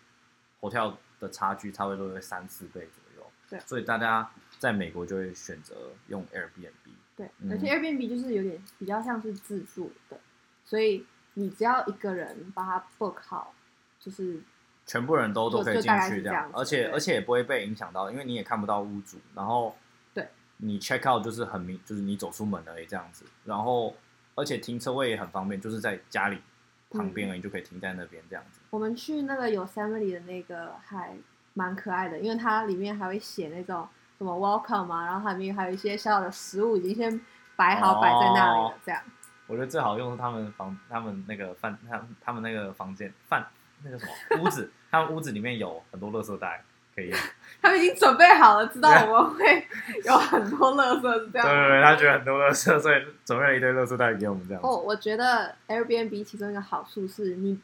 Speaker 1: hotel 的差距差不多在三四倍左右。
Speaker 2: 对
Speaker 1: 所以大家在美国就会选择用 Airbnb。
Speaker 2: 对，
Speaker 1: 嗯
Speaker 2: 而且 Airbnb 就是有点比较像是自助的，所以你只要一个人把它 book 好，就是
Speaker 1: 全部人都
Speaker 2: 就
Speaker 1: 都可以
Speaker 2: 就
Speaker 1: 进
Speaker 2: 大概
Speaker 1: 去
Speaker 2: 是这样子
Speaker 1: 而且
Speaker 2: 对
Speaker 1: 而且也不会被影响到，因为你也看不到屋主，然后
Speaker 2: 对
Speaker 1: 你 check out 就是很明，就是你走出门而已这样子，然后而且停车位也很方便，就是在家
Speaker 2: 嗯
Speaker 1: 里旁边而已，就可以停在那边这样子。
Speaker 2: 我们去那个 Yosemite 的那个海蛮可爱的，因为它里面还会写那种什么 welcome 啊，然后它里面还有一些小小的食物已经先摆好摆在那里了，
Speaker 1: 哦
Speaker 2: 这样。
Speaker 1: 我觉得最好用是他们房，他们那个饭，他们他们那个房间饭那个什么屋子，他们屋子里面有很多垃圾袋可以用。
Speaker 2: 他们已经准备好了，知道
Speaker 1: 对
Speaker 2: 我们会有很多乐色，是这
Speaker 1: 对
Speaker 2: 样吗。
Speaker 1: 对对，他觉得很多垃圾，所以准备了一堆垃圾袋给我们这样子。
Speaker 2: 哦，我觉得 Airbnb 其中一个好处是你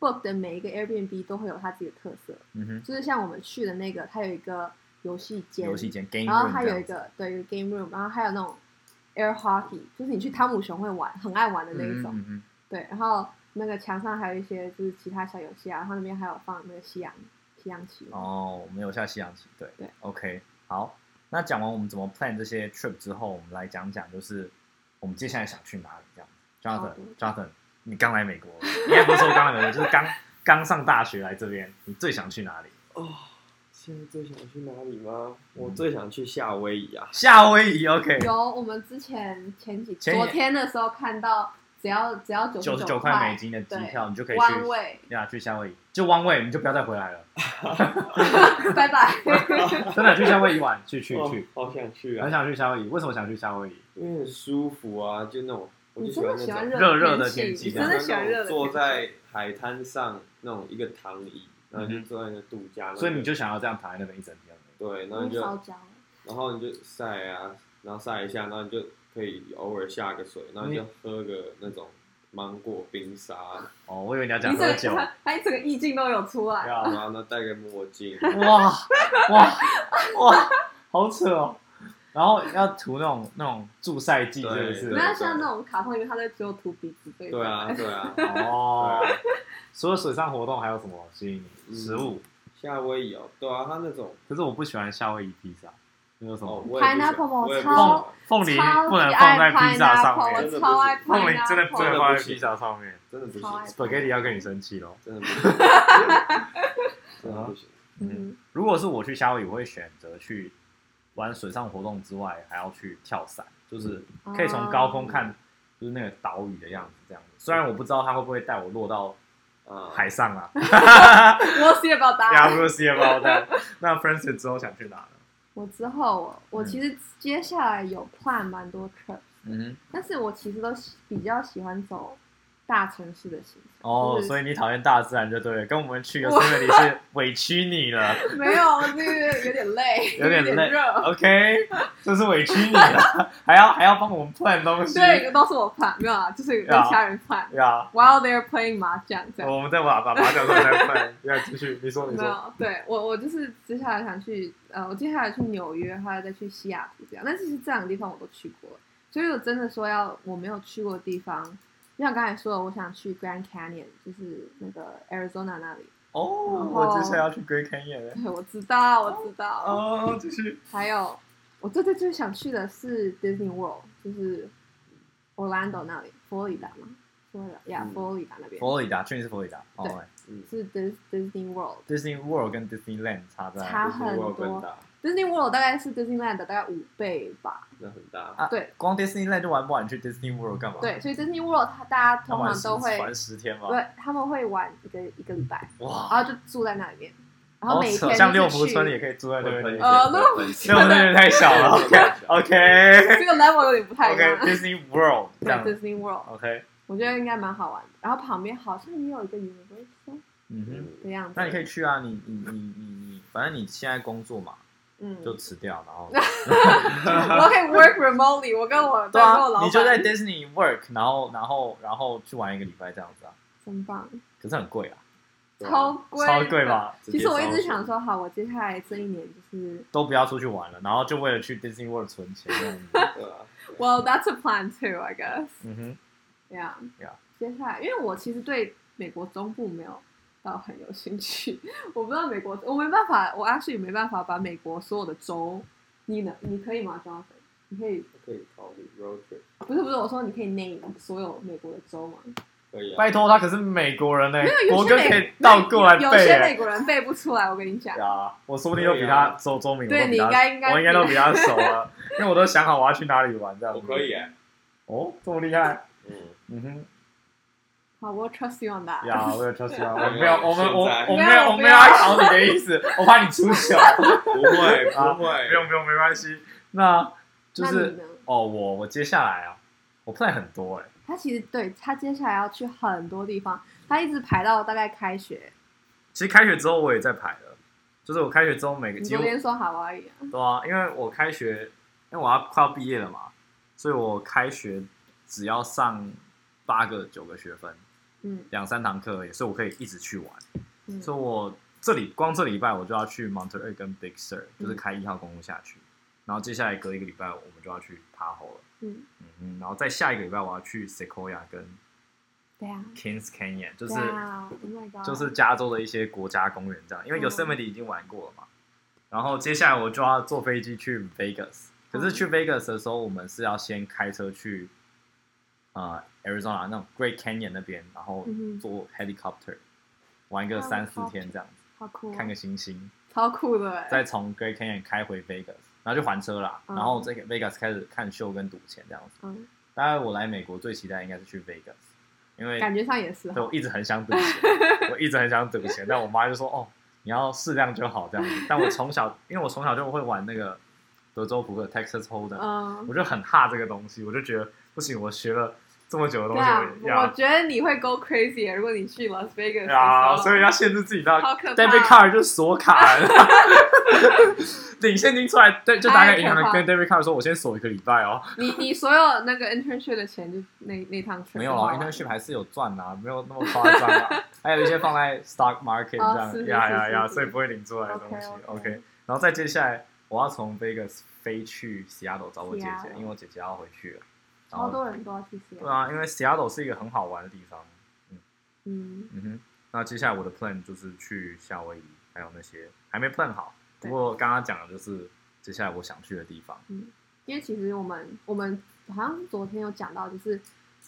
Speaker 2: book 的每一个 Airbnb 都会有它自己的特色，
Speaker 1: 嗯哼，
Speaker 2: 就是像我们去的那个，它有一个游戏间，
Speaker 1: 游戏间 game
Speaker 2: 然后
Speaker 1: room
Speaker 2: 它
Speaker 1: 这
Speaker 2: 有
Speaker 1: 样
Speaker 2: 一
Speaker 1: 子
Speaker 2: 个对有一个 game room，然后还有那种 air hockey，就是你去汤姆熊会玩，很爱玩的那一种。
Speaker 1: 嗯嗯嗯
Speaker 2: 对，然后那个墙上还有一些就是其他小游戏啊，然后那边还有放那个西洋西洋棋。
Speaker 1: 嗯哦，我们有下西洋棋，对
Speaker 2: 对
Speaker 1: ，OK，好。那讲完我们怎么 plan 这些 trip 之后，我们来讲讲就是我们接下来想去哪里这样。
Speaker 2: 好
Speaker 1: Jonathan，Jonathan，你刚来美国，应该不是说刚来美国，就是刚刚上大学来这边，你最想去哪里？
Speaker 3: 哦，现在最想去哪里吗？我
Speaker 1: 嗯
Speaker 3: 最想去夏威夷啊！
Speaker 1: 夏威夷，OK，
Speaker 2: 有，我们之前前几
Speaker 1: 前几
Speaker 2: 昨天的时候看到，只要只要九
Speaker 1: 九十
Speaker 2: 十
Speaker 1: 九块
Speaker 2: 块
Speaker 1: 美金的机
Speaker 2: 对
Speaker 1: 票，你就可以
Speaker 2: 弯
Speaker 1: 去
Speaker 2: 位，
Speaker 1: 呀去夏威夷，就汪位，你就不要再回来了，
Speaker 2: 拜拜。
Speaker 1: 真的去夏威夷玩，去去
Speaker 3: 哦
Speaker 1: 去，
Speaker 3: 好想去
Speaker 1: 很
Speaker 3: 啊！
Speaker 1: 想去夏威夷。为什么想去夏威夷？
Speaker 3: 因为很舒服啊，就那种，我
Speaker 2: 你
Speaker 3: 就
Speaker 2: 真的
Speaker 3: 喜
Speaker 2: 喜
Speaker 3: 欢
Speaker 2: 欢
Speaker 3: 那种
Speaker 1: 热
Speaker 2: 热
Speaker 1: 热的天
Speaker 2: 天
Speaker 1: 气
Speaker 2: 气，你真的喜欢热的天气
Speaker 3: 坐在海滩上那种一个躺椅，然后就坐在那度假那
Speaker 1: 嗯
Speaker 3: 个，
Speaker 1: 所以你就想要这样躺在那边一整天。
Speaker 3: 对，然后
Speaker 2: 我
Speaker 3: 你就
Speaker 2: 烧焦了。
Speaker 3: 然后你就晒啊，然后晒一下，然后你就可以偶尔下个水，然后你就喝个那种芒果冰沙，
Speaker 1: 哦，我以为你要讲
Speaker 2: 你
Speaker 1: 喝
Speaker 2: 整
Speaker 1: 酒。
Speaker 2: 个他他整个意境都有出来，
Speaker 1: 呀
Speaker 3: 然后呢戴个墨 镜，
Speaker 1: 哇哇哇，好扯哦！然后要涂那种那种助晒剂，是不
Speaker 3: 对
Speaker 1: 是？
Speaker 2: 那像那种卡通里面，他都只有涂鼻子这一
Speaker 3: 对啊
Speaker 2: 块。
Speaker 3: 对啊，
Speaker 1: 哦，除了水上活动还有什么吸引你？
Speaker 3: 嗯
Speaker 1: 食物，
Speaker 3: 夏威夷哦，对啊，它那种
Speaker 1: 可是我不喜欢夏威夷披萨，你有什
Speaker 3: 哦
Speaker 1: 么？
Speaker 3: 我也不喜欢
Speaker 2: Pineapple
Speaker 3: 我也不喜欢
Speaker 2: 超
Speaker 1: 凤梨
Speaker 2: 哦超
Speaker 1: 不能
Speaker 2: 级
Speaker 1: 放在
Speaker 2: 爱
Speaker 1: 披萨上
Speaker 2: pineapple，
Speaker 1: 面，
Speaker 2: 我超爱
Speaker 1: 凤梨真的不
Speaker 2: pineapple。
Speaker 1: 能放在披萨上面。
Speaker 3: 真的不
Speaker 2: 超爱
Speaker 3: 行，
Speaker 1: spaghetti 要跟你生气咯。
Speaker 3: 真的 不行，真的不行，
Speaker 2: 嗯，
Speaker 1: 如果是我去夏威夷，我会选择去玩水上活动之外，还要去跳伞，就是
Speaker 2: 嗯
Speaker 1: 可以
Speaker 2: 哦
Speaker 1: 从高空看，就是那个岛屿的样子这样子。虽然我不知道它会不会带我落到
Speaker 3: 啊，
Speaker 1: 海上 啊，
Speaker 2: 我是也不要答
Speaker 1: 呀，
Speaker 2: 案。
Speaker 1: 不是也不好带。 那 Francis 之后想去哪呢？
Speaker 2: 我之后我我其实接下来有 plan 蛮多 trip，
Speaker 1: 嗯
Speaker 2: 但是我其实都喜比较喜欢走大城市的行程。
Speaker 1: 哦，
Speaker 2: 就是
Speaker 1: 所以你讨厌大自然就对了，跟我们去个 s 里是委屈你了
Speaker 2: 没有，就是有点累，
Speaker 1: 有点累
Speaker 2: 热。
Speaker 1: ，OK，这是委屈你了， 还要还要帮我们 plan 东西，
Speaker 2: 对，都是我 plan，没有啊，就是跟家人 plan。
Speaker 1: 呀，
Speaker 2: While they're playing 麻将，这样
Speaker 1: 我们再把把麻将再 plan，要继续，你说你
Speaker 2: 没
Speaker 1: 说，
Speaker 2: 有。对啊我，我就是接下来想去，呃，我接下来去纽约，还有再去西雅图这样。但其实这两个地方我都去过，所以我真的说要我没有去过的地方，就像刚才说的，我想去 Grand Canyon，就是那个 Arizona 那里。
Speaker 1: 哦，我之前要去 Great Canyon 欸
Speaker 2: 对，我知道，我知道。
Speaker 1: 哦，继续，
Speaker 2: 还有，我最最最想去的是 Disney World，就是 Orlando 那里，佛罗里达嘛，佛罗里达呀
Speaker 3: 嗯，
Speaker 2: 佛罗里达那边
Speaker 1: 佛罗里达，去年是佛罗里达，哦
Speaker 2: 对
Speaker 1: 哎
Speaker 3: 嗯，
Speaker 2: 是 Dis Disney World。
Speaker 1: ，Disney World 跟 Disneyland 差在
Speaker 2: 差
Speaker 3: 就是
Speaker 2: 很
Speaker 3: 我有更
Speaker 2: 多
Speaker 3: 大，
Speaker 2: Disney World 大概是 Disneyland 的大概五倍吧。
Speaker 3: 那很大，
Speaker 1: 啊
Speaker 2: 对
Speaker 1: 光 Disneyland 就玩不完，你去 Disney World 干嘛？
Speaker 2: 对，所以 Disney World 它大
Speaker 1: 他
Speaker 2: 家通
Speaker 1: 玩
Speaker 2: 常
Speaker 1: 十，
Speaker 2: 都会，
Speaker 1: 玩十天嘛，
Speaker 2: 对，他们会玩一个一个礼拜，
Speaker 1: 哇，
Speaker 2: 然后就住在那里面，然
Speaker 1: 好
Speaker 2: 后每
Speaker 1: 哦扯
Speaker 2: 天
Speaker 1: 像六
Speaker 2: 就
Speaker 1: 福
Speaker 2: 是去。
Speaker 1: 村也可以住在那边，
Speaker 3: 会
Speaker 1: 六
Speaker 3: 喷
Speaker 1: 福
Speaker 2: 呃
Speaker 3: 会喷
Speaker 2: 那
Speaker 1: 村有点太小了
Speaker 3: 会喷
Speaker 1: ，OK OK
Speaker 2: 这个 level 有点不 太 一
Speaker 1: OK
Speaker 2: 样。
Speaker 1: Disney World 这
Speaker 2: 对
Speaker 1: 样
Speaker 2: Disney World，
Speaker 1: ，OK，
Speaker 2: 我觉得应该蛮好玩的。然后旁边好像也有一个 Universal
Speaker 1: 嗯哼，
Speaker 2: 的
Speaker 3: 嗯
Speaker 2: 样子。
Speaker 1: 那你可以去啊，你你你你你，反正你现在工作嘛，
Speaker 2: 嗯，
Speaker 1: 就辞掉，然 后。
Speaker 2: 我可以 work remotely，我跟我
Speaker 1: 对
Speaker 2: 跟我老
Speaker 1: 啊，
Speaker 2: 板
Speaker 1: 你就在 Disney work，然后然后然后去玩一个礼拜这样子啊，
Speaker 2: 真棒，
Speaker 1: 可是很贵啊，
Speaker 3: 对啊
Speaker 2: 超贵，
Speaker 1: 超贵？吧，
Speaker 2: 其实我一直想
Speaker 3: 直接烧钱
Speaker 2: 说，好，我接下来这一年就是
Speaker 1: 都不要出去玩了，然后就为了去 Disney World 存钱这样子。
Speaker 3: 对啊，
Speaker 2: ，Well that's a plan too, I guess.
Speaker 1: 嗯哼，
Speaker 2: Yeah.
Speaker 1: Yeah.
Speaker 2: 接下来，因为我其实对美国中部没有到很有兴趣， 我不知道美国，我没办法，我 actually 没办法把美国所有的州，你能你可以吗，Jonathan？你可以
Speaker 3: 可以考虑 road trip，
Speaker 2: 不是不是，我说你可以 name 所有美国的州吗？
Speaker 3: 可以啊，
Speaker 1: 拜托他可是美国人呢、
Speaker 2: 没有，
Speaker 1: 我
Speaker 2: 有些
Speaker 1: 哥
Speaker 2: 美
Speaker 1: 可以倒过来
Speaker 2: 有有
Speaker 1: 背、
Speaker 2: 些
Speaker 1: 欸
Speaker 2: 美。国人背不出来，我跟你讲
Speaker 1: 对。啊，我说不定都比他周周明，我
Speaker 2: 对
Speaker 1: 都比他
Speaker 2: 你应该应该
Speaker 1: 我应该都比他熟了，因为我都想好我要去哪里玩这样
Speaker 3: 我啊
Speaker 1: 子。
Speaker 3: 可以哎，
Speaker 1: 哦，这么厉害，
Speaker 3: 嗯，
Speaker 1: 嗯哼，
Speaker 2: 好，我 trust you on that。
Speaker 1: 呀，我有 trust you，
Speaker 3: 我
Speaker 1: 我
Speaker 3: 没
Speaker 1: 没
Speaker 3: 有
Speaker 1: 有，我们我
Speaker 3: 现在
Speaker 1: 我没有，我没有要考你的意思，我怕你出糗。
Speaker 3: 不会
Speaker 1: 啊
Speaker 3: 不会，
Speaker 1: 不用不用，没关系。那就
Speaker 2: 那你
Speaker 1: 是
Speaker 2: 呢？
Speaker 1: 哦，我我接下来啊，我 play 很多哎、
Speaker 2: 他其实对他接下来要去很多地方，他一直排到大概开学。
Speaker 1: 其实开学之后我也在排了，就是我开学之后每个
Speaker 2: 你
Speaker 1: 几
Speaker 2: 昨
Speaker 1: 乎
Speaker 2: 天说好啊，一样
Speaker 1: 对啊，因为我开学，因为我要快要毕业了嘛，所以我开学只要上八个九个学分，
Speaker 2: 嗯
Speaker 1: 两三堂课而已，所以我可以一直去玩。
Speaker 2: 嗯，
Speaker 1: 所以我这里光这礼拜我就要去 Monterey 跟 Big Sur，就是
Speaker 2: 嗯
Speaker 1: 开一号公路下去，然后接下来隔一个礼拜我们就要去 Tahoe 了，
Speaker 2: 嗯，
Speaker 1: 嗯哼，然后再下一个礼拜我要去 Sequoia 跟
Speaker 2: 对啊，
Speaker 1: Kings Canyon，就是
Speaker 2: 对啊，Oh my god，
Speaker 1: 就是加州的一些国家公园这样，因为
Speaker 2: 嗯
Speaker 1: Yosemite 已经玩过了嘛。然后接下来我就要坐飞机去 Vegas，可是
Speaker 2: 嗯
Speaker 1: 去 Vegas 的时候，我们是要先开车去啊、呃 Arizona 那种 Great Canyon 那边，然后
Speaker 2: 嗯哼
Speaker 1: 坐 helicopter 玩个三四天这样子，
Speaker 2: 好酷哦，
Speaker 1: 看个星星，
Speaker 2: 超酷的欸，
Speaker 1: 再从 Great Canyon 开回 Vegas，然后就还车啦，
Speaker 2: 嗯
Speaker 1: 然后这个 Vegas 开始看秀跟赌钱这样子。
Speaker 2: 嗯，
Speaker 1: 大概我来美国最期待应该是去 Vegas，因为
Speaker 2: 感觉上也是
Speaker 1: 对，
Speaker 2: 哈，
Speaker 1: 我一直很想赌钱，我一直很想赌钱，但我妈就说：“哦，你要适量就好这样子。”但我从小，因为我从小就会玩那个德州扑克 （Texas Hold'em），、
Speaker 2: 嗯
Speaker 1: 我，就很怕这个东西，我就觉得不行，我学了这么久的东
Speaker 2: 对
Speaker 1: 西，
Speaker 2: 啊，
Speaker 1: 我要
Speaker 2: 我觉得你会 go crazy，如果你去 Las Vegas
Speaker 1: 呀，
Speaker 2: 的时候
Speaker 1: 所以要限制自己到
Speaker 2: 好可怕
Speaker 1: debit card 就是锁卡， 领现金出来，对，就打给银行的
Speaker 2: 太可怕
Speaker 1: 跟 debit card 说：“我先锁一个礼拜哦。
Speaker 2: 你你所有那个 internship 的钱就那那趟”车
Speaker 1: 没有啊，internship 还是有赚啊，没有那么夸张 啊，还有一些放在 stock market
Speaker 2: 哦
Speaker 1: 这
Speaker 2: 是
Speaker 1: 样，呀
Speaker 2: 是是
Speaker 1: 呀
Speaker 2: 是
Speaker 1: 呀，
Speaker 2: 是
Speaker 1: 所以不会领出来的东西。
Speaker 2: OK，OK
Speaker 1: OK，然后再接下来我要从 Vegas 飞去西雅图找我姐姐
Speaker 2: Seattle，
Speaker 1: 因为我姐姐要回去了。然
Speaker 2: 超
Speaker 1: 后
Speaker 2: 多人都要去西
Speaker 1: 对
Speaker 2: 安，
Speaker 1: 啊，因为西雅图是一个很好玩的地方。
Speaker 2: 嗯，
Speaker 1: 嗯哼，那接下来我的 plan 就是去夏威夷，还有那些还没 plan 好。
Speaker 2: 对
Speaker 1: 不过刚刚讲的就是接下来我想去的地方。
Speaker 2: 因为其实我们我们好像昨天有讲到，就是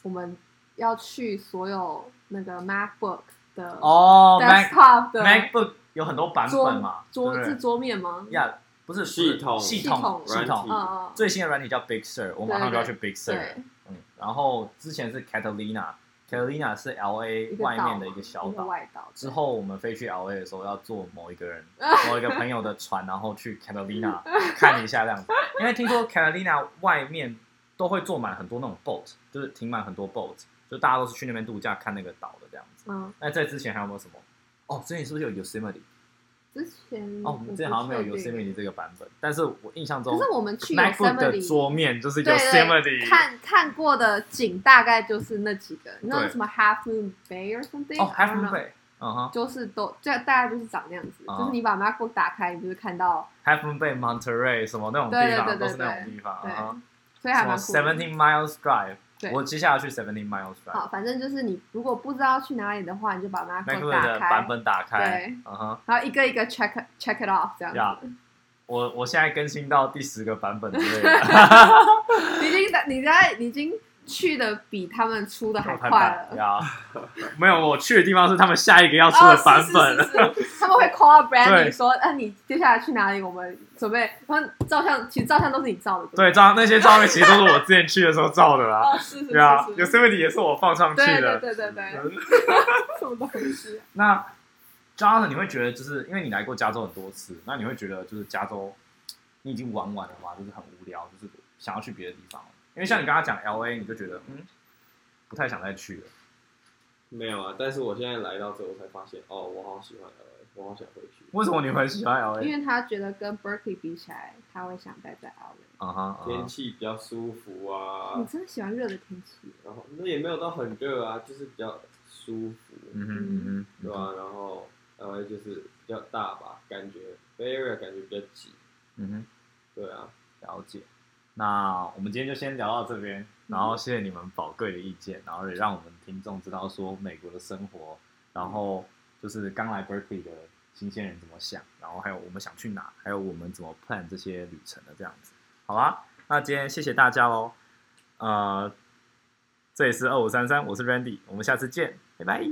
Speaker 2: 我们要去所有那个 MacBook 的
Speaker 1: 哦
Speaker 2: desktop 啊的
Speaker 1: MacBook 有很多版
Speaker 2: 桌
Speaker 1: 本嘛，
Speaker 2: 桌
Speaker 1: 对不对
Speaker 2: 是桌面吗？
Speaker 1: 呀，不是
Speaker 3: 系统
Speaker 1: 系
Speaker 2: 系
Speaker 1: 统
Speaker 2: 统
Speaker 1: 系
Speaker 3: 软
Speaker 1: 统
Speaker 3: 体
Speaker 2: 嗯嗯，
Speaker 1: 最新的软体叫 Big Sur，我马上就要去 Big Sur 了。
Speaker 2: 对，
Speaker 1: 嗯，然后之前是 Catalina，Catalina 是 L A
Speaker 2: 一个
Speaker 1: 外
Speaker 2: 岛
Speaker 1: 面的
Speaker 2: 嘛
Speaker 1: 一个小
Speaker 2: 一个
Speaker 1: 岛。
Speaker 2: 外岛
Speaker 1: 之后我们飞去 L A 的时候，要坐某一个 人某一个朋友的船，然后去 Catalina 看一下这样子。因为听说 Catalina 外面都会坐满很多那种 boat，就是停满很多 boat，就大家都是去那边度假看那个岛的这样子。
Speaker 2: 嗯，
Speaker 1: 那在之前还有没有什么？哦，之前是不是有 Yosemite？
Speaker 2: 之前
Speaker 1: 哦，我们之前好像没有
Speaker 2: 嗯不确定
Speaker 1: Yosemite 这个版本，但是我印象中
Speaker 2: 可是我们去
Speaker 1: MacBook 的
Speaker 2: Yosemite
Speaker 1: 桌面就是
Speaker 2: 对
Speaker 1: Yosemite，
Speaker 2: 看看过的景大概就是那几个，你知道
Speaker 1: 对
Speaker 2: 什么 Half Moon Bay or something？
Speaker 1: 哦
Speaker 2: I don't
Speaker 1: ，Half Moon
Speaker 2: know
Speaker 1: Bay，嗯哼
Speaker 2: 就是都这大概就是长那样子，
Speaker 1: 啊
Speaker 2: 就是你把 MacBook 打开，你就是看到，
Speaker 1: ，Half Moon Bay、Monterey 什么那种
Speaker 2: 对
Speaker 1: 地
Speaker 2: 对
Speaker 1: 方
Speaker 2: 对
Speaker 1: 都是那
Speaker 2: 对
Speaker 1: 种地方，
Speaker 2: 对
Speaker 1: 嗯哼，
Speaker 2: 所以还
Speaker 1: 什么
Speaker 2: 蛮酷的。
Speaker 1: Seventeen Miles Drive，
Speaker 2: 对
Speaker 1: 我接下来去 Seventeen Miles Drive，
Speaker 2: 好，反正就是你如果不知道去哪里的话，你就把 MacBook
Speaker 1: ，MacBook
Speaker 2: 打
Speaker 1: 的
Speaker 2: 开，
Speaker 1: 版本打开
Speaker 2: 对，
Speaker 1: 嗯哼，
Speaker 2: 然后一个一个 check check it off 这样
Speaker 1: 呀
Speaker 2: 子。
Speaker 1: 我我现在更新到第十个版本之类 的，
Speaker 2: 你已经在你在你已经去的比他们出的还
Speaker 1: 太
Speaker 2: 快
Speaker 1: 棒
Speaker 2: 了。
Speaker 1: 呀！没有，我去的地方是他们下一个要出
Speaker 2: 哦，
Speaker 1: 的
Speaker 2: 是
Speaker 1: 版本，
Speaker 2: 是是是，他 们会 call up Brandy
Speaker 1: 对
Speaker 2: 说，啊，你接下来去哪里？我们准备，然后照相，其实照相都是你照的，不
Speaker 1: 对，照那些照片其实都是我之前去的时候照的啦。
Speaker 2: 哦，是是是
Speaker 1: 对啊
Speaker 2: 是，是，
Speaker 1: ，Yosemite 也是我放上去
Speaker 2: 对对
Speaker 1: 的。
Speaker 2: 对对对，什么东 西？
Speaker 1: 那 John，你会觉得就是因为你来过加州很多次，那你会觉得就是加州你已经玩完了嘛，就是很无聊，就是想要去别的地方。因为像你刚刚讲 L A，你就觉得嗯不太想再去了。
Speaker 3: 没有啊，但是我现在来到这，我才发现，哦，我好喜欢 LA，我好想回去。
Speaker 1: 为什么你会喜欢 L
Speaker 2: 因
Speaker 1: A？
Speaker 2: 为他觉得跟 Berkeley 比起来，他会想待在 LA。
Speaker 1: 啊哈，
Speaker 3: 天气比较舒服
Speaker 2: 你
Speaker 3: 啊，
Speaker 2: 真的喜欢热的天气？
Speaker 3: 然后那也没有到很热啊，就是比较舒服，
Speaker 1: 嗯哼嗯哼，
Speaker 3: 对吧、啊？然后 LA 就是比较大吧，感觉 Bay Area 感觉比较挤，
Speaker 1: 嗯
Speaker 3: 对啊，
Speaker 1: 哼，了解。那我们今天就先聊到这边，然后谢谢你们宝贵的意见，然后也让我们听众知道说美国的生活，然后就是刚来 Berkeley 的新鲜人怎么想，然后还有我们想去哪，还有我们怎么 plan 这些旅程的这样子。好啦，那今天谢谢大家喽，呃，这里是二五三三，我是 Randy，我们下次见，拜拜。